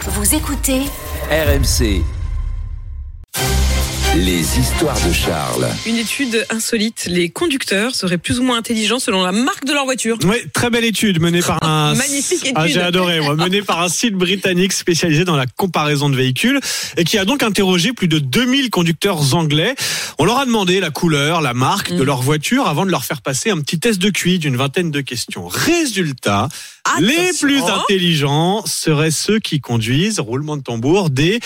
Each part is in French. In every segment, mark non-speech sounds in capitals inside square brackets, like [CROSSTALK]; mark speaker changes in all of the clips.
Speaker 1: Vous écoutez
Speaker 2: RMC. Les histoires de Charles.
Speaker 3: Une étude insolite, les conducteurs seraient plus ou moins intelligents selon la marque de leur voiture.
Speaker 4: Oui, très belle étude menée
Speaker 3: [LAUGHS]
Speaker 4: par un.
Speaker 3: Magnifique étude.
Speaker 4: Ah, j'ai adoré, moi, menée par un site britannique spécialisé dans la comparaison de véhicules et qui a donc interrogé plus de 2000 conducteurs anglais. On leur a demandé la couleur, la marque
Speaker 3: Mm.
Speaker 4: de leur voiture avant de leur faire passer un petit test de QI d'une vingtaine de questions. Résultat, les
Speaker 3: Attention.
Speaker 4: plus intelligents seraient ceux qui conduisent, roulement de tambour, des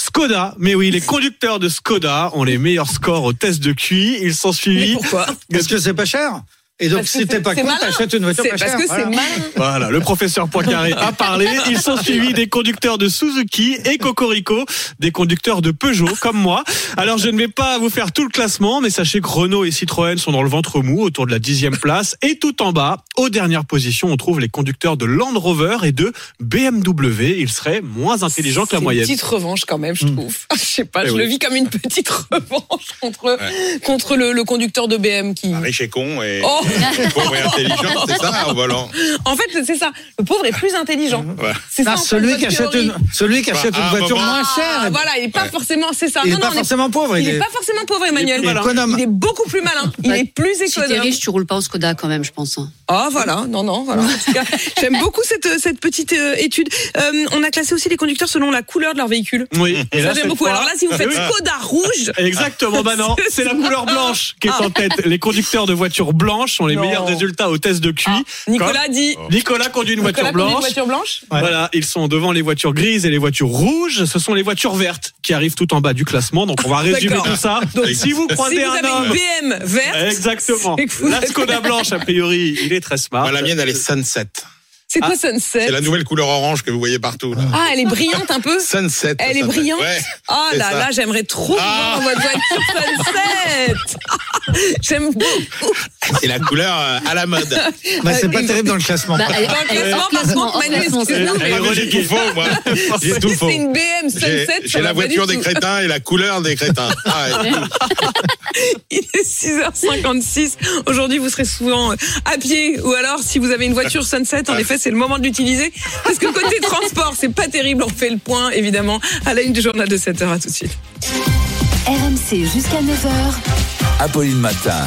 Speaker 4: Skoda. Mais oui, les conducteurs de Skoda ont les meilleurs scores au test de QI. Ils sont
Speaker 3: Mais
Speaker 4: suivis
Speaker 5: [LAUGHS]
Speaker 3: pourquoi
Speaker 5: Parce que c'est pas cher. Et donc,
Speaker 3: Parce que
Speaker 5: si t'es
Speaker 3: c'est-
Speaker 5: pas
Speaker 3: c'est
Speaker 5: con,
Speaker 3: malin.
Speaker 5: t'achètes une voiture
Speaker 3: C'est
Speaker 5: pas
Speaker 3: parce
Speaker 5: chère.
Speaker 3: que
Speaker 5: voilà.
Speaker 3: c'est mal.
Speaker 4: Voilà, le professeur Poincaré a parlé. Ils
Speaker 3: [LAUGHS]
Speaker 4: sont suivis des conducteurs de Suzuki et Cocorico, des conducteurs de Peugeot comme moi. Alors je ne vais pas vous faire tout le classement, mais sachez que Renault et Citroën sont dans le ventre mou, autour de la dixième place. Et tout en bas, aux dernières positions, on trouve les conducteurs de Land Rover et de BMW. Ils seraient moins intelligents que
Speaker 3: C'est
Speaker 4: la moyenne.
Speaker 3: Une petite revanche quand même, je
Speaker 5: Hmm.
Speaker 3: trouve. [LAUGHS] Je sais pas,
Speaker 4: Eh
Speaker 3: je
Speaker 4: oui.
Speaker 3: le vis comme une petite [LAUGHS] revanche contre contre le, le conducteur de BM qui.
Speaker 6: Ah, Riche et con et
Speaker 3: Oh, [LAUGHS]
Speaker 6: pauvre et intelligent, c'est ça, au volant.
Speaker 3: en fait c'est ça. Le pauvre est plus intelligent.
Speaker 6: Ouais.
Speaker 3: C'est ça.
Speaker 5: Non,
Speaker 3: en fait,
Speaker 5: Ah, Bah, celui,
Speaker 3: hein, votre
Speaker 5: qui achète
Speaker 3: théorie.
Speaker 5: une, celui qui
Speaker 6: Bah,
Speaker 5: achète
Speaker 6: à un
Speaker 5: une voiture
Speaker 6: moment-
Speaker 5: moins
Speaker 3: Ah,
Speaker 5: chère,
Speaker 3: voilà, il est pas
Speaker 6: Ouais.
Speaker 3: forcément, c'est ça.
Speaker 5: il
Speaker 3: non,
Speaker 5: est
Speaker 3: non,
Speaker 5: pas forcément pauvre.
Speaker 3: il
Speaker 5: Il
Speaker 3: est
Speaker 5: est
Speaker 3: pas forcément pauvre, Emmanuel.
Speaker 5: il est économe.
Speaker 3: Il est beaucoup plus malin. Il est plus
Speaker 7: Bah, Si t'es
Speaker 3: économe.
Speaker 7: riche, tu roules pas au Skoda quand même, je pense. hein.
Speaker 3: Ah voilà, non, non, voilà. En tout cas, J'aime beaucoup cette, euh, cette petite euh, étude. Euh, on a classé aussi les conducteurs selon la couleur de leur véhicule.
Speaker 4: Oui, et
Speaker 3: Ça
Speaker 4: là,
Speaker 3: j'aime
Speaker 4: cette
Speaker 3: beaucoup.
Speaker 4: fois-
Speaker 3: Alors là, si
Speaker 6: Ah
Speaker 3: vous faites
Speaker 4: Oui.
Speaker 3: Skoda rouge,
Speaker 4: Exactement,
Speaker 3: [LAUGHS]
Speaker 4: bah non, c'est la couleur blanche qui est en tête. Les conducteurs de voitures blanches ont les
Speaker 3: Ah. Non. Ah.
Speaker 4: meilleurs résultats au test de QI.
Speaker 3: Nicolas dit.
Speaker 6: Oh.
Speaker 4: Comme Nicolas conduit une voiture
Speaker 3: Nicolas conduit une
Speaker 4: blanche.
Speaker 3: voiture blanche
Speaker 4: Ouais. Voilà, ils sont devant les voitures grises et les voitures rouges. Ce sont les voitures vertes qui arrivent tout en bas du classement. Donc on va résumer
Speaker 3: D'accord.
Speaker 4: tout ça.
Speaker 3: [LAUGHS] Donc,
Speaker 4: si vous
Speaker 3: Si
Speaker 4: croisez
Speaker 3: vous
Speaker 4: un homme,
Speaker 3: avez une BM verte,
Speaker 4: exactement.
Speaker 3: c'est que vous
Speaker 4: La
Speaker 3: êtes-
Speaker 4: Skoda blanche, a priori, il est très smart.
Speaker 6: Bah, la mienne, elle est Sunset.
Speaker 3: c'est quoi
Speaker 4: Ah,
Speaker 6: C'est
Speaker 3: Sunset
Speaker 6: la nouvelle couleur orange que vous voyez partout. Là.
Speaker 3: Ah, elle est brillante un peu.
Speaker 6: Sunset. ça
Speaker 3: Elle est
Speaker 6: s'appelle.
Speaker 3: brillante.
Speaker 6: Ouais.
Speaker 3: Ah
Speaker 6: c'est
Speaker 3: là
Speaker 6: ça.
Speaker 3: là, j'aimerais trop
Speaker 6: Ah.
Speaker 3: voir votre voiture Sunset.
Speaker 6: [LAUGHS]
Speaker 3: J'aime beaucoup.
Speaker 6: [LAUGHS] C'est la couleur euh, à
Speaker 3: [LAUGHS]
Speaker 6: la mode.
Speaker 5: Bah, c'est pas terrible dans le classement.
Speaker 7: Bah, elle-
Speaker 3: Dans le
Speaker 7: elle-
Speaker 3: classement, par contre,
Speaker 7: en
Speaker 3: Manu,
Speaker 7: classement, c'est
Speaker 3: excuse-nous,
Speaker 7: ça.
Speaker 4: Elle est
Speaker 6: Ah, mais j'ai
Speaker 4: reléguée.
Speaker 6: tout faux, moi. J'ai tout faux.
Speaker 3: C'est une BM
Speaker 6: J'ai
Speaker 3: Sunset. ça
Speaker 6: j'ai la
Speaker 3: va pas du
Speaker 6: voiture des
Speaker 3: tout.
Speaker 6: crétins et la couleur des crétins.
Speaker 3: [LAUGHS]
Speaker 6: Ah, ouais.
Speaker 3: Il est 6h56. Aujourd'hui, vous serez souvent euh, à pied ou alors si vous avez une voiture Sunset, en effet, c'est le moment de l'utiliser. Parce que côté transport, c'est pas terrible. On fait le point, évidemment, à la une du journal de 7h. À tout de suite.
Speaker 1: RMC jusqu'à 9h.
Speaker 2: Apolline Matin.